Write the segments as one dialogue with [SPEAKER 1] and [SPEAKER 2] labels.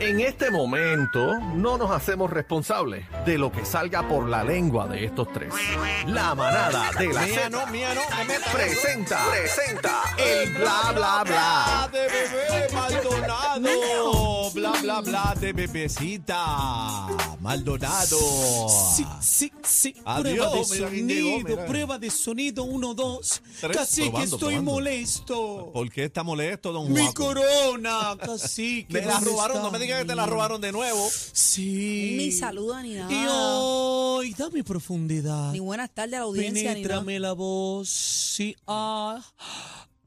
[SPEAKER 1] En este momento no nos hacemos responsables de lo que salga por la lengua de estos tres. La manada de la
[SPEAKER 2] Mía no,
[SPEAKER 1] Z
[SPEAKER 2] mía no, me meto.
[SPEAKER 1] presenta, presenta el bla bla bla.
[SPEAKER 2] de bebé Maldonado. Bla, bla, bla de bebecita. Maldonado.
[SPEAKER 3] Sí, sí, sí.
[SPEAKER 2] Adiós,
[SPEAKER 3] prueba de sonido,
[SPEAKER 2] mira, bien llegó, mira.
[SPEAKER 3] prueba de sonido 1, 2.
[SPEAKER 2] Tres.
[SPEAKER 3] Casi que
[SPEAKER 2] Probando,
[SPEAKER 3] estoy
[SPEAKER 2] probando.
[SPEAKER 3] molesto.
[SPEAKER 2] ¿Por qué está molesto, don Juan?
[SPEAKER 3] Mi corona, casi que
[SPEAKER 2] Te la robaron, no me digas que te la robaron de nuevo.
[SPEAKER 3] Sí.
[SPEAKER 4] Ni saluda ni nada.
[SPEAKER 3] Y hoy, dame profundidad.
[SPEAKER 4] Ni buenas tardes a la audiencia ni nada.
[SPEAKER 3] Penétrame la voz. Sí, ah.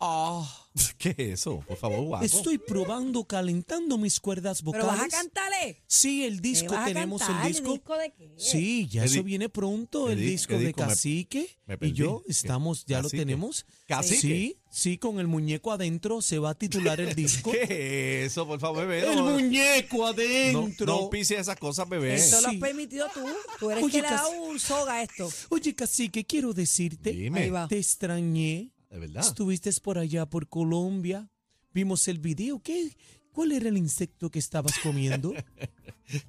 [SPEAKER 3] Ah.
[SPEAKER 2] ¿Qué es eso? Por favor, guapo.
[SPEAKER 3] Estoy probando, calentando mis cuerdas
[SPEAKER 4] Pero
[SPEAKER 3] vocales.
[SPEAKER 4] vas a cantarle.
[SPEAKER 3] Sí, el disco,
[SPEAKER 4] ¿Me vas a
[SPEAKER 3] tenemos
[SPEAKER 4] cantar?
[SPEAKER 3] el
[SPEAKER 4] ¿El
[SPEAKER 3] disco.
[SPEAKER 4] disco de qué?
[SPEAKER 3] Sí, ya
[SPEAKER 2] ¿Qué
[SPEAKER 3] eso
[SPEAKER 2] di-
[SPEAKER 3] viene pronto,
[SPEAKER 2] qué
[SPEAKER 3] el
[SPEAKER 2] di-
[SPEAKER 3] disco
[SPEAKER 2] qué
[SPEAKER 3] de
[SPEAKER 2] disco? Me-
[SPEAKER 3] Cacique.
[SPEAKER 2] me
[SPEAKER 3] y
[SPEAKER 2] perdí.
[SPEAKER 3] yo estamos, ya
[SPEAKER 2] Cacique.
[SPEAKER 3] lo tenemos.
[SPEAKER 2] Cacique.
[SPEAKER 3] Sí, sí, con el muñeco adentro se va a titular el disco.
[SPEAKER 2] ¿Qué es eso? Por favor, bebé.
[SPEAKER 3] El
[SPEAKER 2] no-
[SPEAKER 3] muñeco
[SPEAKER 2] no,
[SPEAKER 3] adentro.
[SPEAKER 2] no pise esas cosas, bebé.
[SPEAKER 4] Eso lo
[SPEAKER 3] Sí.
[SPEAKER 4] has permitido tú. Tú eres
[SPEAKER 3] Oye,
[SPEAKER 4] que le ha dado
[SPEAKER 3] casi-
[SPEAKER 4] un soga a esto.
[SPEAKER 3] Oye, Cacique, quiero decirte,
[SPEAKER 2] Dime.
[SPEAKER 4] Ahí va.
[SPEAKER 3] te extrañé.
[SPEAKER 2] De verdad.
[SPEAKER 3] Estuviste por allá, por Colombia. Vimos el video. ¿Qué? ¿Cuál era el insecto que estabas comiendo?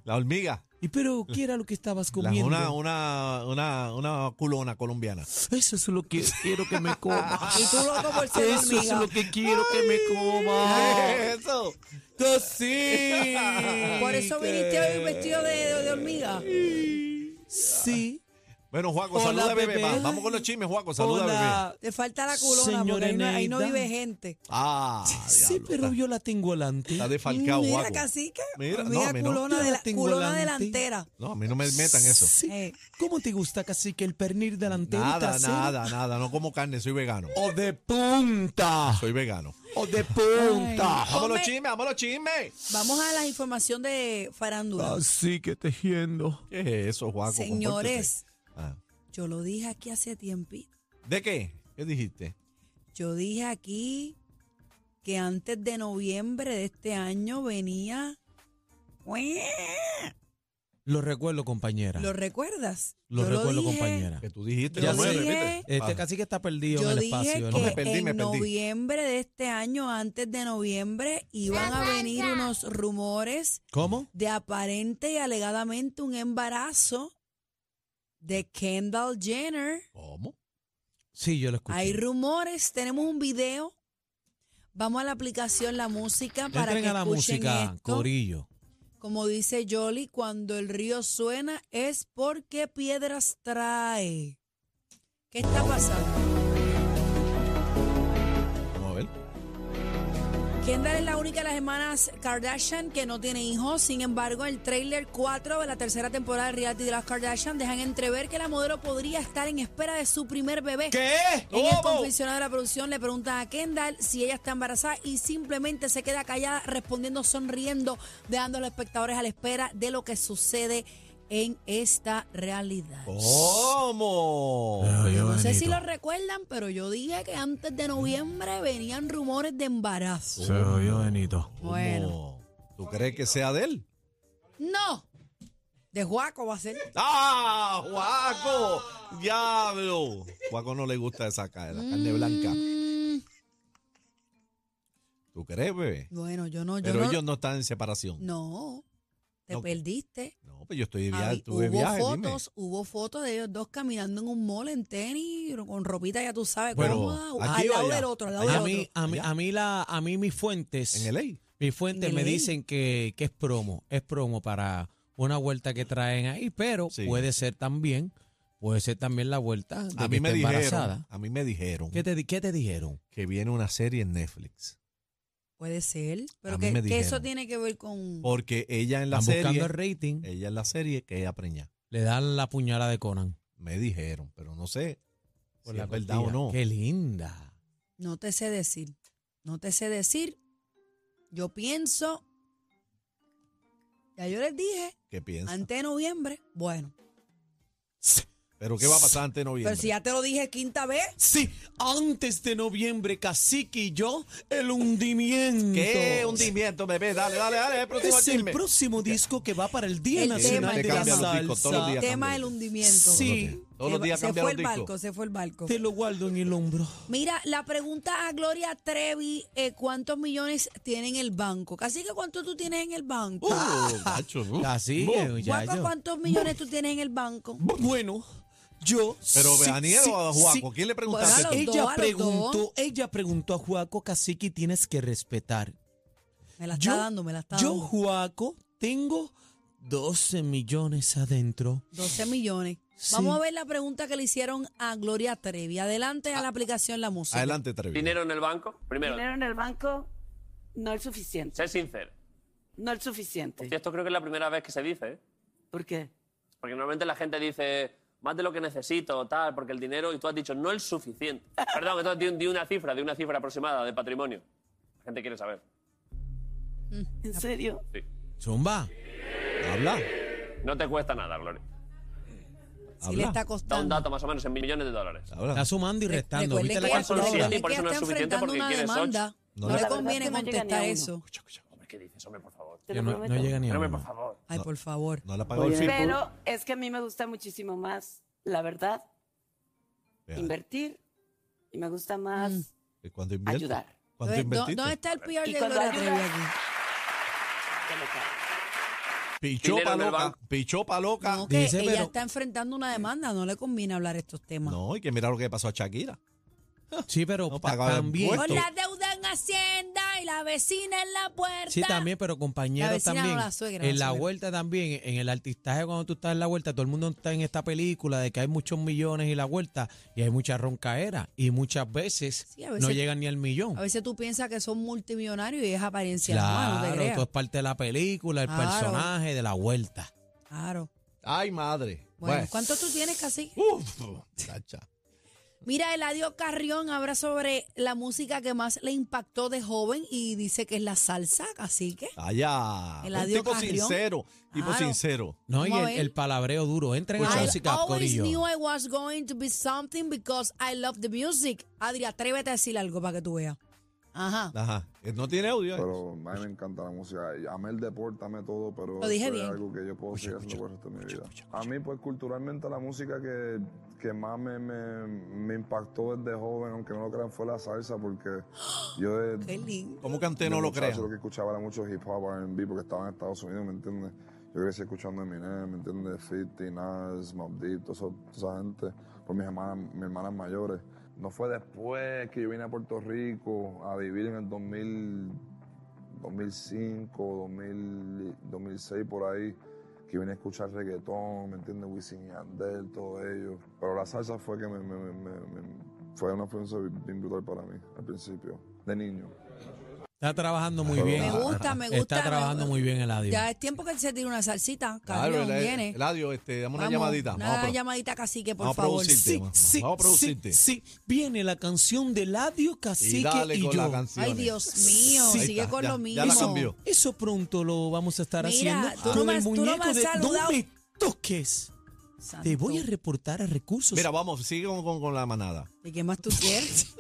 [SPEAKER 2] La hormiga.
[SPEAKER 3] ¿Y pero qué era lo que estabas
[SPEAKER 2] La-
[SPEAKER 3] comiendo?
[SPEAKER 2] una, una, una, una culona colombiana.
[SPEAKER 3] Eso es lo que quiero que me comas.
[SPEAKER 4] Y tú loco por ser
[SPEAKER 3] Eso es
[SPEAKER 4] hormiga.
[SPEAKER 3] lo que quiero que me
[SPEAKER 2] ¿Qué
[SPEAKER 3] comas.
[SPEAKER 2] es eso?
[SPEAKER 3] Cacique.
[SPEAKER 4] Por eso viniste hoy vestido de, de- de hormiga.
[SPEAKER 3] Sí.
[SPEAKER 2] Ah, Bueno, Juaco,
[SPEAKER 3] Hola,
[SPEAKER 2] saluda, bebé.
[SPEAKER 3] bebé.
[SPEAKER 2] Va- Vamos con los chismes, Juaco. Saluda, bebé.
[SPEAKER 3] Hola.
[SPEAKER 4] Te falta la culona porque
[SPEAKER 3] Señora
[SPEAKER 4] ahí no, ahí no
[SPEAKER 3] Eneida.
[SPEAKER 4] vive gente.
[SPEAKER 2] Ah,
[SPEAKER 3] Sí,
[SPEAKER 2] diablo,
[SPEAKER 3] pero
[SPEAKER 2] está-
[SPEAKER 3] yo la tengo alante.
[SPEAKER 2] Está desfalcado,
[SPEAKER 4] Mira,
[SPEAKER 2] Juaco.
[SPEAKER 4] cacique.
[SPEAKER 2] Mira,
[SPEAKER 4] Mira,
[SPEAKER 2] no, a mí no.
[SPEAKER 4] culona, de
[SPEAKER 3] Yo
[SPEAKER 4] la,
[SPEAKER 3] tengo
[SPEAKER 4] culona
[SPEAKER 3] la
[SPEAKER 4] delantera.
[SPEAKER 2] No, a mí no me metan eso.
[SPEAKER 3] Sí.
[SPEAKER 4] Eh.
[SPEAKER 3] ¿Cómo te gusta casi que el pernil delantero y
[SPEAKER 2] Nada,
[SPEAKER 3] trasero?
[SPEAKER 2] nada, nada. No como carne, soy vegano.
[SPEAKER 3] O de punta.
[SPEAKER 2] Soy vegano.
[SPEAKER 3] O Oh, de punta.
[SPEAKER 2] Vamos a los
[SPEAKER 4] Come-
[SPEAKER 2] chismes, vamos a los chismes.
[SPEAKER 4] Vamos a la información de farándula.
[SPEAKER 3] Así que tejiendo.
[SPEAKER 2] ¿Qué es eso,
[SPEAKER 3] Ah,
[SPEAKER 2] Juaco?
[SPEAKER 4] Señores,
[SPEAKER 2] Compórtese.
[SPEAKER 4] yo lo dije aquí hace tiempito.
[SPEAKER 2] Ah. ¿De qué? ¿Qué dijiste?
[SPEAKER 4] Yo dije aquí que antes de noviembre de este año venía.
[SPEAKER 3] Lo recuerdo,
[SPEAKER 2] Ah.
[SPEAKER 3] compañera.
[SPEAKER 4] ¿Lo recuerdas?
[SPEAKER 3] Lo
[SPEAKER 4] Yo
[SPEAKER 3] recuerdo,
[SPEAKER 4] dije-
[SPEAKER 3] compañera.
[SPEAKER 2] Que tú dijiste.
[SPEAKER 4] Yo
[SPEAKER 2] Manuel,
[SPEAKER 4] dije-
[SPEAKER 2] ¿viste?
[SPEAKER 3] Este
[SPEAKER 2] Ah,
[SPEAKER 3] casi que está perdido
[SPEAKER 4] Yo
[SPEAKER 3] en el
[SPEAKER 4] dije
[SPEAKER 3] espacio.
[SPEAKER 4] que
[SPEAKER 3] ¿no?
[SPEAKER 2] me perdí,
[SPEAKER 4] en
[SPEAKER 2] me perdí.
[SPEAKER 4] noviembre de este año, antes de noviembre, iban a venir unos rumores
[SPEAKER 3] ¿Cómo?
[SPEAKER 4] de aparente y alegadamente un embarazo de Kendall Jenner.
[SPEAKER 2] ¿Cómo?
[SPEAKER 3] Sí, yo lo escuché.
[SPEAKER 4] Hay rumores, tenemos un video. Vamos a la aplicación La Música para
[SPEAKER 3] Entren
[SPEAKER 4] que
[SPEAKER 3] a la
[SPEAKER 4] escuchen
[SPEAKER 3] música,
[SPEAKER 4] esto.
[SPEAKER 3] Corillo.
[SPEAKER 4] Como dice Jolly, cuando el río suena es porque piedras trae. ¿Qué está pasando?
[SPEAKER 2] Vamos a ver.
[SPEAKER 4] Kendall es la única de las hermanas Kardashian que no tiene hijos. Sin embargo, el tráiler 4 de la tercera temporada de reality de las Kardashian dejan entrever que la modelo podría estar en espera de su primer bebé.
[SPEAKER 2] ¿Qué?
[SPEAKER 4] En el
[SPEAKER 2] ¿Cómo?
[SPEAKER 4] confesionario de la producción le preguntan a Kendall si ella está embarazada y simplemente se queda callada respondiendo sonriendo, dejando a los espectadores a la espera de lo que sucede en esta realidad.
[SPEAKER 2] Oh, ¿Cómo?
[SPEAKER 4] Yo no sé si lo recuerdan, pero yo dije que antes de noviembre venían rumores de embarazo. Bueno,
[SPEAKER 2] ¿Cómo? ¿Tú crees que sea de él?
[SPEAKER 4] no. De Juaco va a ser.
[SPEAKER 2] ¡Ah, Juaco! ¡Diablo! Juaco no le gusta esa carne, la carne blanca.
[SPEAKER 4] Mm,
[SPEAKER 2] ¿Tú crees, bebé?
[SPEAKER 4] bueno, yo no, yo
[SPEAKER 2] Pero
[SPEAKER 4] no.
[SPEAKER 2] ellos no están en separación.
[SPEAKER 4] No, te
[SPEAKER 2] No.
[SPEAKER 4] perdiste.
[SPEAKER 2] No, pues yo estoy de
[SPEAKER 4] Habí-
[SPEAKER 2] viaje, tuve
[SPEAKER 4] Ah, hubo
[SPEAKER 2] viaje, dime.
[SPEAKER 4] fotos, hubo fotos de ellos dos caminando en un mall en tenis, con ropita ya tú sabes,
[SPEAKER 2] Pero,
[SPEAKER 4] cómoda,
[SPEAKER 2] ¿aquí
[SPEAKER 4] al
[SPEAKER 2] o
[SPEAKER 4] lado
[SPEAKER 2] allá?
[SPEAKER 4] del otro, al lado
[SPEAKER 2] Allá
[SPEAKER 3] A
[SPEAKER 4] del
[SPEAKER 3] mí,
[SPEAKER 4] otro.
[SPEAKER 3] a mí, a mí, la, a mí mis fuentes.
[SPEAKER 2] En LA.
[SPEAKER 3] Mis fuentes
[SPEAKER 4] En
[SPEAKER 3] me
[SPEAKER 4] LA.
[SPEAKER 3] dicen que, que es promo, es promo para una vuelta que traen ahí, pero
[SPEAKER 2] Sí.
[SPEAKER 3] puede ser también, puede ser también la vuelta de
[SPEAKER 2] A
[SPEAKER 3] que
[SPEAKER 2] mí me
[SPEAKER 3] esté
[SPEAKER 2] dijeron,
[SPEAKER 3] embarazada.
[SPEAKER 2] a mí me dijeron
[SPEAKER 3] ¿Qué te, di- qué te dijeron?
[SPEAKER 2] que viene una serie en Netflix.
[SPEAKER 4] Puede ser, pero
[SPEAKER 2] A
[SPEAKER 4] que,
[SPEAKER 2] mí me
[SPEAKER 4] que eso
[SPEAKER 2] dijeron.
[SPEAKER 4] tiene que ver con...
[SPEAKER 2] Porque ella en la
[SPEAKER 3] Están buscando
[SPEAKER 2] serie,
[SPEAKER 3] el rating.
[SPEAKER 2] ella en la serie que ella preña.
[SPEAKER 3] Le dan la puñalada de Conan.
[SPEAKER 2] Me dijeron, pero no sé
[SPEAKER 3] por
[SPEAKER 2] si
[SPEAKER 3] Pues la
[SPEAKER 2] es verdad o
[SPEAKER 3] costilla.
[SPEAKER 2] no.
[SPEAKER 3] Qué linda.
[SPEAKER 4] No te sé decir, no te sé decir. Yo pienso, ya yo les dije,
[SPEAKER 2] ¿Qué piensas?
[SPEAKER 4] antes de noviembre, bueno.
[SPEAKER 2] Pero ¿qué va a pasar antes de noviembre?
[SPEAKER 4] Pero si ya te lo dije quinta vez,
[SPEAKER 3] Sí, antes de noviembre, Cacique y yo, el hundimiento.
[SPEAKER 2] ¿Qué hundimiento, bebé? Dale, dale, dale. El próximo
[SPEAKER 3] Es el
[SPEAKER 2] chisme.
[SPEAKER 3] próximo disco que va para el Día
[SPEAKER 4] El tema,
[SPEAKER 3] Nacional
[SPEAKER 4] el
[SPEAKER 3] de la
[SPEAKER 4] tema.
[SPEAKER 3] Salsa.
[SPEAKER 2] Cambian los discos todos los días.
[SPEAKER 4] tema
[SPEAKER 2] cambié.
[SPEAKER 4] del hundimiento.
[SPEAKER 3] Sí.
[SPEAKER 2] Todos los
[SPEAKER 4] Se-
[SPEAKER 2] días
[SPEAKER 4] se
[SPEAKER 2] cambian
[SPEAKER 4] fue
[SPEAKER 2] los
[SPEAKER 4] el
[SPEAKER 2] discos.
[SPEAKER 4] barco, se fue el barco.
[SPEAKER 3] Te lo guardo en el hombro.
[SPEAKER 4] Mira, la pregunta a Gloria Trevi, eh, ¿cuántos millones tiene en el banco? Casi que ¿cuánto tú tienes en el banco?
[SPEAKER 2] Uh, macho, uh.
[SPEAKER 3] Así
[SPEAKER 2] Bu-
[SPEAKER 3] que, Ah, ya
[SPEAKER 4] Guaco,
[SPEAKER 3] yo.
[SPEAKER 4] ¿cuántos millones tú tienes en el banco?
[SPEAKER 3] Bueno, yo.
[SPEAKER 2] Pero
[SPEAKER 3] sí,
[SPEAKER 2] Daniel
[SPEAKER 3] sí,
[SPEAKER 2] o a
[SPEAKER 3] sí. Pues,
[SPEAKER 2] Juaco, ¿quién le preguntaste?
[SPEAKER 4] Bueno,
[SPEAKER 2] tú?
[SPEAKER 4] los
[SPEAKER 3] Ella
[SPEAKER 4] dos, a los
[SPEAKER 3] preguntó, ella preguntó a Juaco, Cacique, tienes que respetar.
[SPEAKER 4] Me la está dando, me la está
[SPEAKER 3] yo,
[SPEAKER 4] dando.
[SPEAKER 3] Juaco, tengo 12 millones adentro.
[SPEAKER 4] 12 millones.
[SPEAKER 3] Sí.
[SPEAKER 4] Vamos a ver la pregunta que le hicieron a Gloria Trevi. Adelante a la aplicación La Música.
[SPEAKER 2] Adelante, Trevi.
[SPEAKER 5] ¿Dinero en el banco? Primero,
[SPEAKER 6] Dinero en el banco no es suficiente.
[SPEAKER 5] sé sincero.
[SPEAKER 6] No es suficiente.
[SPEAKER 5] Y esto creo que es la primera vez que se dice, ¿eh?
[SPEAKER 6] ¿Por qué?
[SPEAKER 5] Porque normalmente la gente dice más de lo que necesito, tal, porque el dinero, y tú has dicho, no es suficiente. Perdón, entonces di, di una cifra, di una cifra aproximada de patrimonio. La gente quiere saber.
[SPEAKER 6] ¿En serio?
[SPEAKER 3] Zumba.
[SPEAKER 2] Habla.
[SPEAKER 5] No te cuesta nada, Gloria.
[SPEAKER 4] Si le está
[SPEAKER 5] Da un
[SPEAKER 4] costando.
[SPEAKER 5] dato más o menos en millones de dólares.
[SPEAKER 2] Habla.
[SPEAKER 3] Está sumando y restando.
[SPEAKER 4] Recuerde
[SPEAKER 3] ¿Viste
[SPEAKER 4] que
[SPEAKER 3] la
[SPEAKER 4] ella-
[SPEAKER 5] son
[SPEAKER 4] recuerde
[SPEAKER 5] siete
[SPEAKER 3] calculadora?
[SPEAKER 5] y por
[SPEAKER 4] que
[SPEAKER 5] eso no
[SPEAKER 4] ella
[SPEAKER 5] es
[SPEAKER 4] está
[SPEAKER 5] suficiente
[SPEAKER 4] enfrentando
[SPEAKER 5] porque
[SPEAKER 4] una
[SPEAKER 5] quieres ocho.
[SPEAKER 4] demanda. No,
[SPEAKER 6] la
[SPEAKER 4] le
[SPEAKER 6] verdad
[SPEAKER 4] conviene
[SPEAKER 6] es que no llega ni a
[SPEAKER 4] contestar
[SPEAKER 6] uno.
[SPEAKER 4] eso.
[SPEAKER 5] Escucha, escucha, hombre, ¿qué dices, hombre, por favor?
[SPEAKER 6] Te
[SPEAKER 3] Yo No,
[SPEAKER 6] lo prometo.
[SPEAKER 3] no llega ni a
[SPEAKER 5] Hombre, por
[SPEAKER 3] uno.
[SPEAKER 5] favor.
[SPEAKER 4] Ay, por favor.
[SPEAKER 2] No la pagó el FIPU.
[SPEAKER 6] Pero es que a mí me gusta muchísimo más, la verdad,
[SPEAKER 2] Vea,
[SPEAKER 6] invertir y me gusta más
[SPEAKER 2] ¿y ¿Cuánto invierte?
[SPEAKER 6] ayudar.
[SPEAKER 2] ¿Cuánto
[SPEAKER 4] ¿Dó-
[SPEAKER 2] invertiste?
[SPEAKER 4] ¿Dónde está el PR
[SPEAKER 6] Y
[SPEAKER 4] de
[SPEAKER 6] cuando
[SPEAKER 4] Gloria
[SPEAKER 6] ayuda-
[SPEAKER 4] Trevi aquí?
[SPEAKER 6] que me cae.
[SPEAKER 2] Pichó
[SPEAKER 5] Dinero
[SPEAKER 2] pa'
[SPEAKER 5] en el
[SPEAKER 2] loca.
[SPEAKER 5] banco.
[SPEAKER 2] Pichó pa' loca.
[SPEAKER 4] No, que
[SPEAKER 3] Dice,
[SPEAKER 4] ella
[SPEAKER 3] pero-
[SPEAKER 4] está enfrentando una demanda. No le conviene hablar estos temas.
[SPEAKER 2] No, y que mira lo que pasó a Shakira.
[SPEAKER 3] Sí, pero
[SPEAKER 2] No
[SPEAKER 3] ta-
[SPEAKER 2] pagaba
[SPEAKER 3] también.
[SPEAKER 4] Con
[SPEAKER 2] impuestos.
[SPEAKER 4] la deuda en Hacienda y la vecina en la puerta.
[SPEAKER 3] Sí, también, pero
[SPEAKER 4] La
[SPEAKER 3] compañeros
[SPEAKER 4] vecina no,
[SPEAKER 3] también.
[SPEAKER 4] la suegra,
[SPEAKER 3] en
[SPEAKER 4] la
[SPEAKER 3] la
[SPEAKER 4] suegra.
[SPEAKER 3] vuelta también, en el artistaje cuando tú estás en la vuelta, todo el mundo está en esta película de que hay muchos millones y la vuelta, y hay mucha roncaera, y muchas veces,
[SPEAKER 4] Sí, a veces-
[SPEAKER 3] no llegan ni al millón.
[SPEAKER 4] A veces tú piensas que son multimillonarios y es apariencia humana, no te
[SPEAKER 3] claro,
[SPEAKER 4] creas.
[SPEAKER 3] todo es parte de la película, el
[SPEAKER 4] Claro.
[SPEAKER 3] personaje de la vuelta.
[SPEAKER 4] Claro.
[SPEAKER 2] Ay, madre. Pues,
[SPEAKER 4] Bueno,
[SPEAKER 3] pues.
[SPEAKER 4] ¿cuánto tú tienes, Cacique?
[SPEAKER 2] Uf, chacha.
[SPEAKER 4] Mira, Eladio Carrión habla sobre la música que más le impactó de joven y dice que es la salsa, Cacique.
[SPEAKER 2] Allá.
[SPEAKER 4] El
[SPEAKER 2] Un
[SPEAKER 4] adiós
[SPEAKER 2] tipo
[SPEAKER 4] Carrión.
[SPEAKER 2] sincero. Tipo
[SPEAKER 4] Claro.
[SPEAKER 2] sincero.
[SPEAKER 3] No, y
[SPEAKER 4] Vamos a
[SPEAKER 3] el,
[SPEAKER 4] ver.
[SPEAKER 3] el palabreo duro. Entren a
[SPEAKER 4] I
[SPEAKER 3] música,
[SPEAKER 4] always
[SPEAKER 3] Corillo.
[SPEAKER 4] knew I was going to be something because I love the music. Adri, atrévete a decir algo para que tú veas. Ajá.
[SPEAKER 2] Ajá. Eh, No tiene audio. eh.
[SPEAKER 7] Pero a mí me encanta la música. y Amé el deporte, amé todo, pero
[SPEAKER 4] Lo dije
[SPEAKER 7] eso es
[SPEAKER 4] bien.
[SPEAKER 7] algo que yo puedo seguir haciendo por el resto de mi vida. A mí, pues, culturalmente la música que, que más me, me- me impactó desde joven, aunque no lo crean, fue la salsa, porque yo de,
[SPEAKER 4] Qué lindo.
[SPEAKER 2] ¿Cómo que antes
[SPEAKER 7] de
[SPEAKER 2] no lo
[SPEAKER 7] muchacho
[SPEAKER 2] creas?
[SPEAKER 7] lo que escuchaba era mucho hip hop, R&B, porque estaba en Estados Unidos, ¿me entiendes? Yo crecí escuchando Eminem, ¿me entiendes? 50, Nas, Mobb Deep, toda esa, toda esa gente, por mis hermanas, mis hermanas mayores. No fue después que yo vine a Puerto Rico a vivir en el 2000, 2005, 2000, 2006, por ahí, que vine a escuchar reggaetón, ¿me entiendes? Wisin y Yandel, todo ello. Pero la salsa fue que me- me- me- me- me- fue una influencia bien brutal para mí, al principio, de niño.
[SPEAKER 3] Está trabajando muy bien.
[SPEAKER 4] Me gusta, me gusta.
[SPEAKER 3] Está trabajando
[SPEAKER 4] me-
[SPEAKER 3] muy bien el adiós.
[SPEAKER 4] Ya es tiempo que se tire una salsita. Carrión,
[SPEAKER 2] el,
[SPEAKER 4] viene.
[SPEAKER 2] el adiós, este, dame una
[SPEAKER 4] Vamos,
[SPEAKER 2] llamadita.
[SPEAKER 4] Una
[SPEAKER 2] Vamos a pro-
[SPEAKER 4] llamadita, Cacique, por
[SPEAKER 2] vamos a
[SPEAKER 4] favor.
[SPEAKER 2] producirte.
[SPEAKER 3] Sí,
[SPEAKER 2] Vamos
[SPEAKER 3] sí,
[SPEAKER 2] a
[SPEAKER 3] sí,
[SPEAKER 2] producirte.
[SPEAKER 3] sí. Viene la canción de Ladio Cacique
[SPEAKER 2] Y dale
[SPEAKER 3] y
[SPEAKER 2] con
[SPEAKER 3] yo.
[SPEAKER 2] la canción.
[SPEAKER 4] Ay, Dios mío,
[SPEAKER 3] Sí.
[SPEAKER 4] sigue con lo mismo.
[SPEAKER 2] Ya la cambió.
[SPEAKER 3] Eso pronto lo vamos a estar
[SPEAKER 4] Mira,
[SPEAKER 3] haciendo
[SPEAKER 4] tú no
[SPEAKER 3] con
[SPEAKER 4] me
[SPEAKER 3] el
[SPEAKER 4] has- tú no me
[SPEAKER 3] muñeco
[SPEAKER 4] has
[SPEAKER 3] de
[SPEAKER 4] saludado.
[SPEAKER 3] No me toques.
[SPEAKER 4] Santo.
[SPEAKER 3] Te voy a reportar a recursos.
[SPEAKER 2] Mira, vamos, sigue con, con- con la manada.
[SPEAKER 4] ¿Y qué más tú quieres?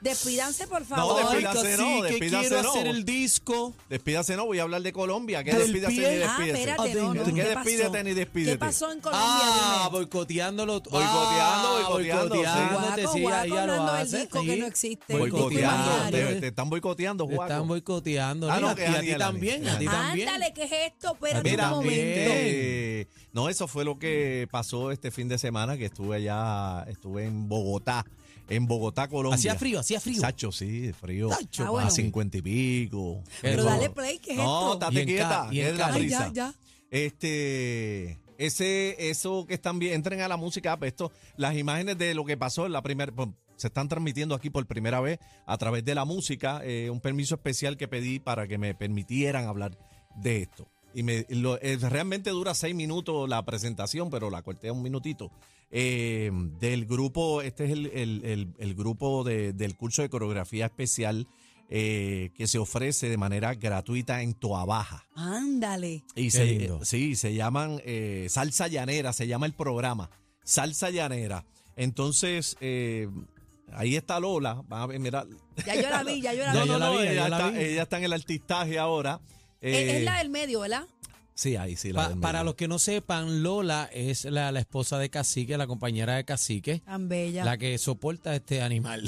[SPEAKER 4] Despídanse, por
[SPEAKER 2] No,
[SPEAKER 4] favor.
[SPEAKER 2] despídanse.
[SPEAKER 3] Cacique,
[SPEAKER 2] no, despídase,
[SPEAKER 3] quiero
[SPEAKER 2] no.
[SPEAKER 3] hacer el disco.
[SPEAKER 2] Despídase, no, voy a hablar de Colombia. Que
[SPEAKER 3] Del
[SPEAKER 2] despídase ni
[SPEAKER 3] pie.
[SPEAKER 4] ah,
[SPEAKER 2] despídese.
[SPEAKER 4] espérate, no, no.
[SPEAKER 3] Adentro.
[SPEAKER 2] Que
[SPEAKER 4] ¿qué pasó?
[SPEAKER 2] despídete ni despídete. pues,
[SPEAKER 4] ¿Qué pasó en Colombia?
[SPEAKER 3] Ah,
[SPEAKER 4] Dime.
[SPEAKER 3] boicoteándolo.
[SPEAKER 2] Boicoteando, boicoteando,
[SPEAKER 3] boicoteándote,
[SPEAKER 4] Guaco,
[SPEAKER 3] sí,
[SPEAKER 4] guaco
[SPEAKER 3] ahí ya lo
[SPEAKER 4] hablando del
[SPEAKER 3] hace,
[SPEAKER 4] disco
[SPEAKER 3] sí.
[SPEAKER 4] que no existe.
[SPEAKER 2] Boicoteando.
[SPEAKER 4] Claro.
[SPEAKER 2] Te, te están boicoteando,
[SPEAKER 3] Te están
[SPEAKER 2] Juaco.
[SPEAKER 3] boicoteando.
[SPEAKER 2] Ah,
[SPEAKER 3] ¿no?
[SPEAKER 2] no, que
[SPEAKER 3] y a ti
[SPEAKER 2] Daniel,
[SPEAKER 3] también, a ti
[SPEAKER 2] Daniel.
[SPEAKER 3] también.
[SPEAKER 4] Ándale, ¿qué es esto? Espérate
[SPEAKER 3] Mira,
[SPEAKER 4] un momento.
[SPEAKER 2] este, no, eso fue lo que pasó este fin de semana que estuve allá, estuve en Bogotá, en Bogotá, Colombia.
[SPEAKER 3] Hacía frío, hacía frío.
[SPEAKER 2] Sacho, sí, frío.
[SPEAKER 3] Sacho,
[SPEAKER 4] Ah, bueno.
[SPEAKER 2] A cincuenta y pico.
[SPEAKER 4] Pero
[SPEAKER 3] Eso.
[SPEAKER 4] dale play, ¿qué es
[SPEAKER 2] No,
[SPEAKER 4] esto?
[SPEAKER 3] Y
[SPEAKER 2] estate
[SPEAKER 3] en
[SPEAKER 2] quieta,
[SPEAKER 3] Cali, y
[SPEAKER 2] que
[SPEAKER 3] en
[SPEAKER 2] es la
[SPEAKER 3] Cali.
[SPEAKER 4] Ay,
[SPEAKER 2] prisa.
[SPEAKER 4] ya, ya.
[SPEAKER 2] Este, ese, eso que están bien, entren a la música, app, esto, las imágenes de lo que pasó en la primera, Se están transmitiendo aquí por primera vez a través de la música, eh, un permiso especial que pedí para que me permitieran hablar de esto. Y me, lo- eh, realmente dura seis minutos la presentación, pero la corté a un minutito. Eh, del grupo, este es el, el- el- el grupo de- del curso de coreografía especial eh, que se ofrece de manera gratuita en Toabaja.
[SPEAKER 4] Ándale.
[SPEAKER 2] Y se,
[SPEAKER 3] lindo.
[SPEAKER 2] eh, sí, se llaman eh, Salsa Llanera, se llama el programa. Salsa Llanera. Entonces, eh, ahí está Lola. Van a ver, mira.
[SPEAKER 4] Ya yo la vi, ya yo la
[SPEAKER 3] Ya
[SPEAKER 4] vi.
[SPEAKER 3] yo la vi, ya
[SPEAKER 2] ella,
[SPEAKER 3] yo la
[SPEAKER 2] está,
[SPEAKER 3] vi.
[SPEAKER 2] ella está en el artistaje ahora.
[SPEAKER 4] Es, es
[SPEAKER 2] Eh,
[SPEAKER 4] la del medio, ¿verdad?
[SPEAKER 2] Sí, ahí sí.
[SPEAKER 3] Pa-
[SPEAKER 2] la del
[SPEAKER 3] para
[SPEAKER 2] medio.
[SPEAKER 3] los que no sepan, Lola es la, la esposa de Cacique, la compañera de Cacique,
[SPEAKER 4] Tan bella.
[SPEAKER 3] la que soporta este animal.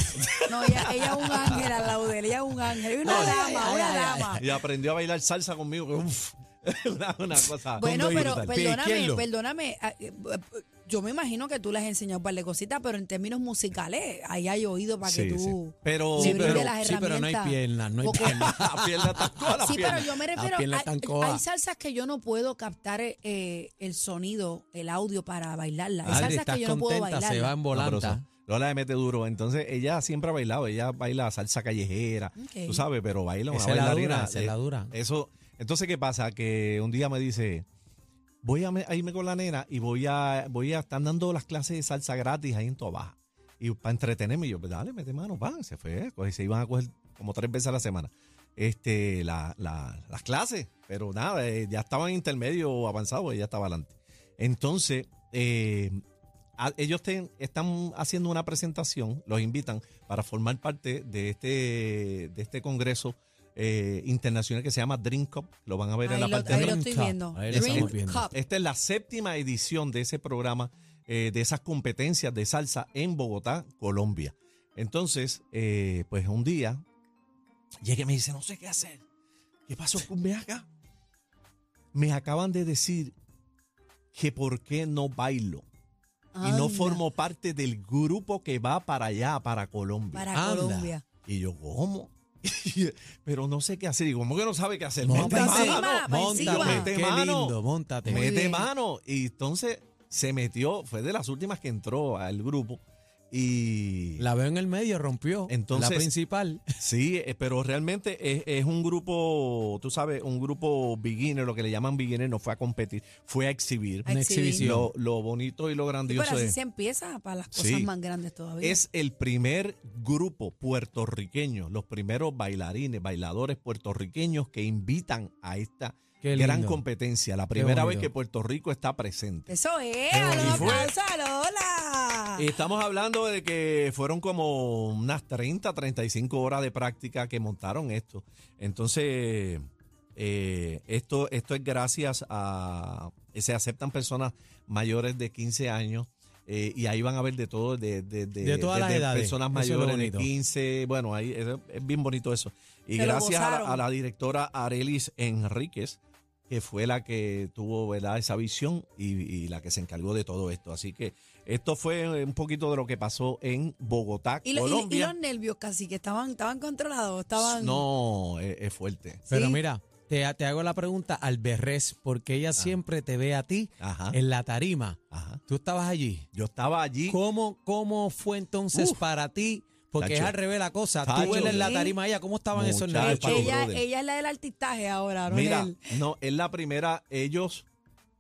[SPEAKER 4] No, ella, ella es un ángel al lado de él, ella es un ángel. Una dama, una dama.
[SPEAKER 2] Y aprendió a bailar salsa conmigo. que, Uf, una, una cosa.
[SPEAKER 4] Bueno, pero
[SPEAKER 2] brutal.
[SPEAKER 4] perdóname,
[SPEAKER 2] Piquelo.
[SPEAKER 4] perdóname. ah, eh, eh, Yo me imagino que tú le has enseñado un par de cositas, pero en términos musicales, ahí hay oído para
[SPEAKER 2] Sí,
[SPEAKER 4] que tú.
[SPEAKER 2] sí. Pero,
[SPEAKER 4] le
[SPEAKER 3] Sí,
[SPEAKER 4] brindes
[SPEAKER 3] pero-
[SPEAKER 4] las herramientas.
[SPEAKER 3] sí, pero no hay piernas, no hay
[SPEAKER 4] Porque-
[SPEAKER 3] piernas.
[SPEAKER 2] La pierna está toda la
[SPEAKER 4] Sí,
[SPEAKER 2] pierna.
[SPEAKER 4] pero yo me
[SPEAKER 3] La
[SPEAKER 4] refiero.
[SPEAKER 3] pierna
[SPEAKER 4] Hay,
[SPEAKER 3] tan coja.
[SPEAKER 4] hay salsas que yo no puedo captar eh, el sonido, el audio para bailarla. Hay
[SPEAKER 3] Adri,
[SPEAKER 4] salsas
[SPEAKER 3] estás
[SPEAKER 4] que yo no puedo
[SPEAKER 3] contenta,
[SPEAKER 4] bailar.
[SPEAKER 3] se va en
[SPEAKER 2] No, pero
[SPEAKER 3] volanta.
[SPEAKER 2] eso, Lola le mete duro. Entonces, ella siempre ha bailado. Ella baila salsa callejera,
[SPEAKER 4] Ok.
[SPEAKER 2] tú sabes, pero baila una
[SPEAKER 3] Esa es la dura,
[SPEAKER 2] bailarina, eh,
[SPEAKER 3] esa es la dura.
[SPEAKER 2] Eso, entonces, ¿qué pasa? Que un día me dice, voy a, me- a irme con la nena y voy a, voy a estar dando las clases de salsa gratis ahí en Toa Baja. Y para entretenerme, yo, pues, dale, mete mano, pan, se fue. coge- se iban a coger como tres veces a la semana este, la- la- las clases, pero nada, eh, ya estaba en intermedio avanzado, ella estaba adelante. Entonces, eh, a- ellos ten- están haciendo una presentación, los invitan para formar parte de este, de este congreso eh, internacional que se llama Dream Cup, lo van a ver
[SPEAKER 4] Ahí
[SPEAKER 2] en la
[SPEAKER 4] lo-
[SPEAKER 2] parte
[SPEAKER 4] ahí
[SPEAKER 2] de
[SPEAKER 4] lo
[SPEAKER 3] Dream
[SPEAKER 4] estoy
[SPEAKER 3] Cup.
[SPEAKER 4] viendo.
[SPEAKER 3] Ahí lo estamos
[SPEAKER 4] Dream
[SPEAKER 3] viendo.
[SPEAKER 4] Cup.
[SPEAKER 2] esta es la séptima edición de ese programa, eh, de esas competencias de salsa en Bogotá, Colombia. Entonces, eh, pues un día llega y me dice, no sé qué hacer. ¿Qué pasó? Ven acá. Me acaban de decir que por qué no bailo y no
[SPEAKER 4] Anda,
[SPEAKER 2] formo parte del grupo que va para allá, para Colombia. Ah,
[SPEAKER 4] Para
[SPEAKER 3] Anda.
[SPEAKER 4] Colombia.
[SPEAKER 2] Y yo, ¿cómo? Pero no sé qué hacer. Y digo, ¿cómo que no sabe qué hacer?
[SPEAKER 3] No,
[SPEAKER 2] Mete
[SPEAKER 3] pa'
[SPEAKER 2] mano,
[SPEAKER 4] pues encima, pa'
[SPEAKER 2] monta,
[SPEAKER 4] encima.
[SPEAKER 2] mete
[SPEAKER 3] Qué
[SPEAKER 2] mano.
[SPEAKER 3] lindo, montate.
[SPEAKER 4] Muy
[SPEAKER 2] Mete
[SPEAKER 4] bien.
[SPEAKER 2] mano. Y entonces se metió, fue de las últimas que entró al grupo. Y
[SPEAKER 3] La veo en el medio, rompió.
[SPEAKER 2] Entonces-
[SPEAKER 3] la principal.
[SPEAKER 2] sí, eh, pero realmente es, es un grupo, tú sabes, un grupo beginner, lo que le llaman beginner, no fue a competir, fue a exhibir.
[SPEAKER 4] A Una exhibir. exhibición.
[SPEAKER 2] Lo, lo bonito y lo
[SPEAKER 4] Sí, pero
[SPEAKER 2] grandioso
[SPEAKER 4] así
[SPEAKER 2] es,
[SPEAKER 4] se empieza para las cosas
[SPEAKER 2] Sí.
[SPEAKER 4] más grandes todavía.
[SPEAKER 2] es el primer grupo puertorriqueño, los primeros bailarines, bailadores puertorriqueños que invitan a esta
[SPEAKER 3] Qué
[SPEAKER 2] gran
[SPEAKER 3] lindo.
[SPEAKER 2] competencia. La primera vez
[SPEAKER 3] bonito.
[SPEAKER 2] que Puerto Rico está presente.
[SPEAKER 4] Eso es,
[SPEAKER 2] Qué
[SPEAKER 4] a los
[SPEAKER 2] bonito.
[SPEAKER 4] aplausos a
[SPEAKER 3] Ah.
[SPEAKER 4] Lola.
[SPEAKER 2] Y Estamos hablando de que fueron como unas 30, 35 horas de práctica que montaron esto. Entonces, eh, esto, esto es gracias a... Se aceptan personas mayores de 15 años eh, y ahí van a ver de todo, de, de,
[SPEAKER 3] De todas
[SPEAKER 2] desde
[SPEAKER 3] las edades.
[SPEAKER 2] personas
[SPEAKER 3] Eso es lo
[SPEAKER 2] mayores de
[SPEAKER 3] bonito.
[SPEAKER 2] 15. Bueno, ahí es, es bien bonito eso. Y
[SPEAKER 4] Se lo
[SPEAKER 2] gracias a la,
[SPEAKER 4] gozaron.
[SPEAKER 2] a la directora Arelis Enríquez, que fue la que tuvo ¿verdad? esa visión y, y la que se encargó de todo esto. Así que esto fue eh, un poquito de lo que pasó en Bogotá,
[SPEAKER 4] Y, lo- y- y
[SPEAKER 2] Colombia.
[SPEAKER 4] los nervios casi que estaban, estaban controlados, estaban.
[SPEAKER 2] no, eh, es, es fuerte.
[SPEAKER 3] Pero
[SPEAKER 4] Sí.
[SPEAKER 3] mira, te, te hago la pregunta al Berrés, porque
[SPEAKER 2] Ah.
[SPEAKER 3] ella siempre te ve a ti
[SPEAKER 2] Ajá.
[SPEAKER 3] en la tarima.
[SPEAKER 2] Ajá.
[SPEAKER 3] Tú estabas allí.
[SPEAKER 2] Yo estaba allí.
[SPEAKER 3] ¿Cómo, cómo fue entonces
[SPEAKER 2] Uf.
[SPEAKER 3] para ti? Porque es
[SPEAKER 2] Tacho.
[SPEAKER 3] al revés la cosa.
[SPEAKER 2] Tacho.
[SPEAKER 3] Tú ves en la
[SPEAKER 4] Sí.
[SPEAKER 3] tarima a ella, ¿cómo estaban esos
[SPEAKER 2] Muchacho.
[SPEAKER 3] nervios?
[SPEAKER 4] Eh,
[SPEAKER 3] para ti?
[SPEAKER 4] ella,
[SPEAKER 2] brother.
[SPEAKER 4] ella es la del artistaje ahora, no
[SPEAKER 2] Mira,
[SPEAKER 4] es él.
[SPEAKER 2] no, es la primera. Ellos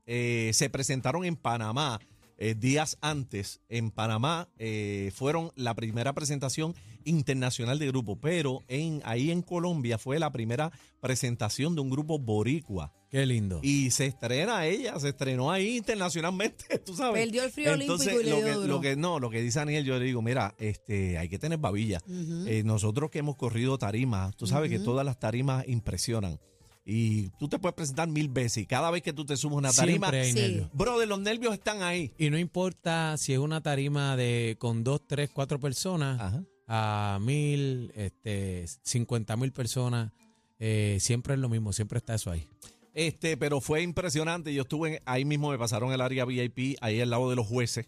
[SPEAKER 2] eh, se presentaron en Panamá eh, días antes. En Panamá eh, fueron la primera presentación internacional de grupo, pero en, ahí en Colombia fue la primera presentación de un grupo boricua.
[SPEAKER 3] Qué lindo.
[SPEAKER 2] Y se estrena ella, se estrenó ahí internacionalmente, tú sabes.
[SPEAKER 4] Perdió el frío
[SPEAKER 2] Entonces,
[SPEAKER 4] olímpico y le
[SPEAKER 2] lo
[SPEAKER 4] dio
[SPEAKER 2] que,
[SPEAKER 4] duro.
[SPEAKER 2] lo que- no, lo que dice Aniel, yo le digo, mira, este, hay que tener babilla. Eh, nosotros que hemos corrido tarimas, tú sabes que todas las tarimas impresionan. Y tú te puedes presentar mil veces y cada vez que tú te subes a una tarima,
[SPEAKER 3] Siempre hay
[SPEAKER 4] Sí.
[SPEAKER 3] nervios.
[SPEAKER 2] brother, los nervios están ahí.
[SPEAKER 3] Y no importa si es una tarima de con dos, tres, cuatro personas,
[SPEAKER 2] Ajá.
[SPEAKER 3] a mil, este, cincuenta mil personas, eh, siempre es lo mismo, siempre está eso ahí.
[SPEAKER 2] Este, pero fue impresionante. Yo estuve en- ahí mismo, me pasaron el área VIP, ahí al lado de los jueces,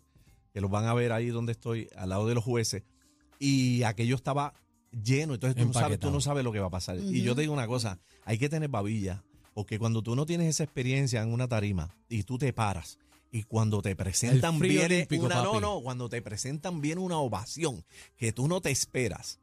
[SPEAKER 2] que los van a ver ahí donde estoy, al lado de los jueces. Y aquello estaba lleno. Entonces tú no, sabes, tú
[SPEAKER 3] Empaquetado.
[SPEAKER 2] no sabes lo que va a pasar. Y yo te digo una cosa, hay que tener babilla, porque cuando tú no tienes esa experiencia en una tarima y tú te paras Y cuando te presentan
[SPEAKER 3] frío
[SPEAKER 2] bien
[SPEAKER 3] olímpico,
[SPEAKER 2] una, no,
[SPEAKER 3] papi.
[SPEAKER 2] no, cuando te presentan bien una ovación que tú no te esperas.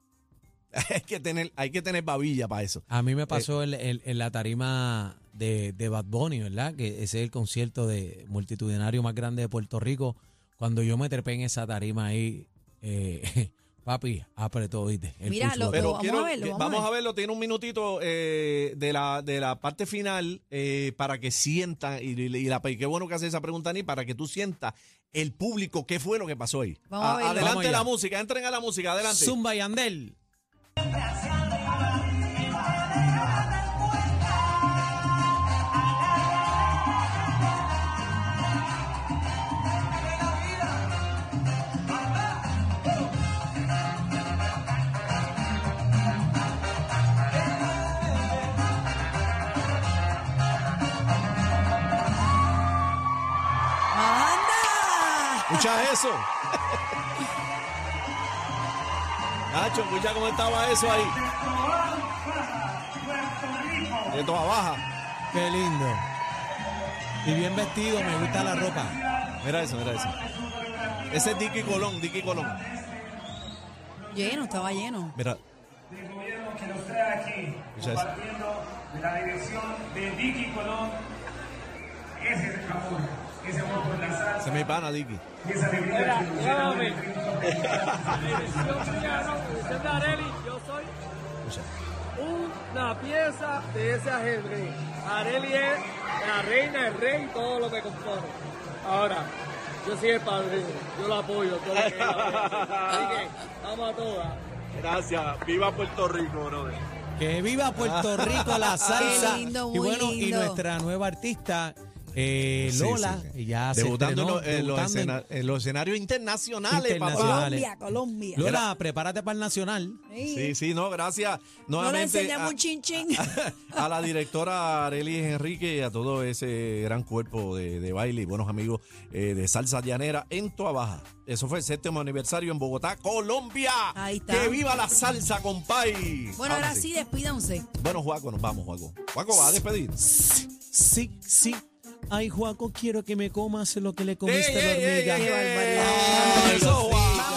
[SPEAKER 2] hay que tener, hay que tener babilla para eso.
[SPEAKER 3] A mí me pasó el- el- en la tarima de, de Bad Bunny, ¿verdad? Que ese es el concierto de multitudinario más grande de Puerto Rico. Cuando yo me trepé en esa tarima ahí, eh, papi, apretó, ¿oíste? El
[SPEAKER 4] Mira,
[SPEAKER 3] push
[SPEAKER 4] lo-
[SPEAKER 3] button.
[SPEAKER 4] Pero
[SPEAKER 2] Pero
[SPEAKER 4] vamos
[SPEAKER 2] quiero,
[SPEAKER 4] a verlo,
[SPEAKER 2] que-
[SPEAKER 4] vamos
[SPEAKER 2] vamos,
[SPEAKER 4] a
[SPEAKER 2] a verlo, tiene un minutito eh, de, la, de la parte final eh, para que sientan, y, y- y la, y qué bueno que hace esa pregunta, Ani, para que tú sientas el público qué fue lo que pasó ahí.
[SPEAKER 4] Vamos a verlo.
[SPEAKER 2] adelante
[SPEAKER 3] Vamos allá.
[SPEAKER 2] la música, entren a la música, adelante.
[SPEAKER 3] Zumba y Andel.
[SPEAKER 4] ¡Anda!
[SPEAKER 2] Escucha eso. Nacho, escucha cómo estaba eso ahí. De toda baja.
[SPEAKER 3] Qué lindo. Y bien vestido, me gusta la ropa.
[SPEAKER 2] Mira eso, mira eso. Ese es Dicky Colón, Dicky Colón.
[SPEAKER 4] Lleno, estaba lleno.
[SPEAKER 2] Mira. Escucha eso. Ese es mi pana, Dicky.
[SPEAKER 8] yo soy
[SPEAKER 2] Escucha.
[SPEAKER 8] una pieza de ese ajedrez. Areli es la reina, el rey, todo lo que compone. Ahora, yo soy el padrino, yo lo apoyo, todo lo que ella vaya a hacer. Así que, vamos a todas.
[SPEAKER 1] Gracias. Viva Puerto Rico, brother.
[SPEAKER 3] Que viva Puerto Rico la salsa.
[SPEAKER 4] lindo,
[SPEAKER 3] y
[SPEAKER 4] muy
[SPEAKER 3] bueno, y
[SPEAKER 4] lindo.
[SPEAKER 3] nuestra nueva artista, eh,
[SPEAKER 2] Sí,
[SPEAKER 3] Lola,
[SPEAKER 2] sí, sí.
[SPEAKER 3] ya
[SPEAKER 2] debutando
[SPEAKER 3] se estrenó,
[SPEAKER 2] en los- en los,
[SPEAKER 3] debutando en-
[SPEAKER 2] escena- en los escenarios internacionales,
[SPEAKER 3] Internacionales.
[SPEAKER 2] papá.
[SPEAKER 4] Colombia, Colombia.
[SPEAKER 3] Lola, prepárate para el Nacional.
[SPEAKER 4] Sí.
[SPEAKER 2] Sí, ah, sí, no, gracias.
[SPEAKER 4] No le
[SPEAKER 2] Nuevamente
[SPEAKER 4] enseñamos un chin chin.
[SPEAKER 2] a, a la directora Arely Enrique y a todo ese gran cuerpo de, de baile y buenos amigos eh, de Salsa Llanera en Toa Baja. Eso fue el séptimo aniversario en Bogotá, Colombia.
[SPEAKER 4] Ahí está.
[SPEAKER 2] ¡Que viva la salsa, compay!
[SPEAKER 4] Bueno, ahora
[SPEAKER 2] Ahora
[SPEAKER 4] sí, despídanse.
[SPEAKER 2] Bueno, Juaco, nos vamos, Juaco. Juaco, va a despedir.
[SPEAKER 3] Sí, sí. Ay, Juaco, quiero que me comas lo que le comiste a la
[SPEAKER 2] ey,
[SPEAKER 3] hormiga.
[SPEAKER 2] ey, ey,
[SPEAKER 4] ¡Qué
[SPEAKER 2] ey!
[SPEAKER 4] barbaridad!
[SPEAKER 2] ¡Eso, Juaco!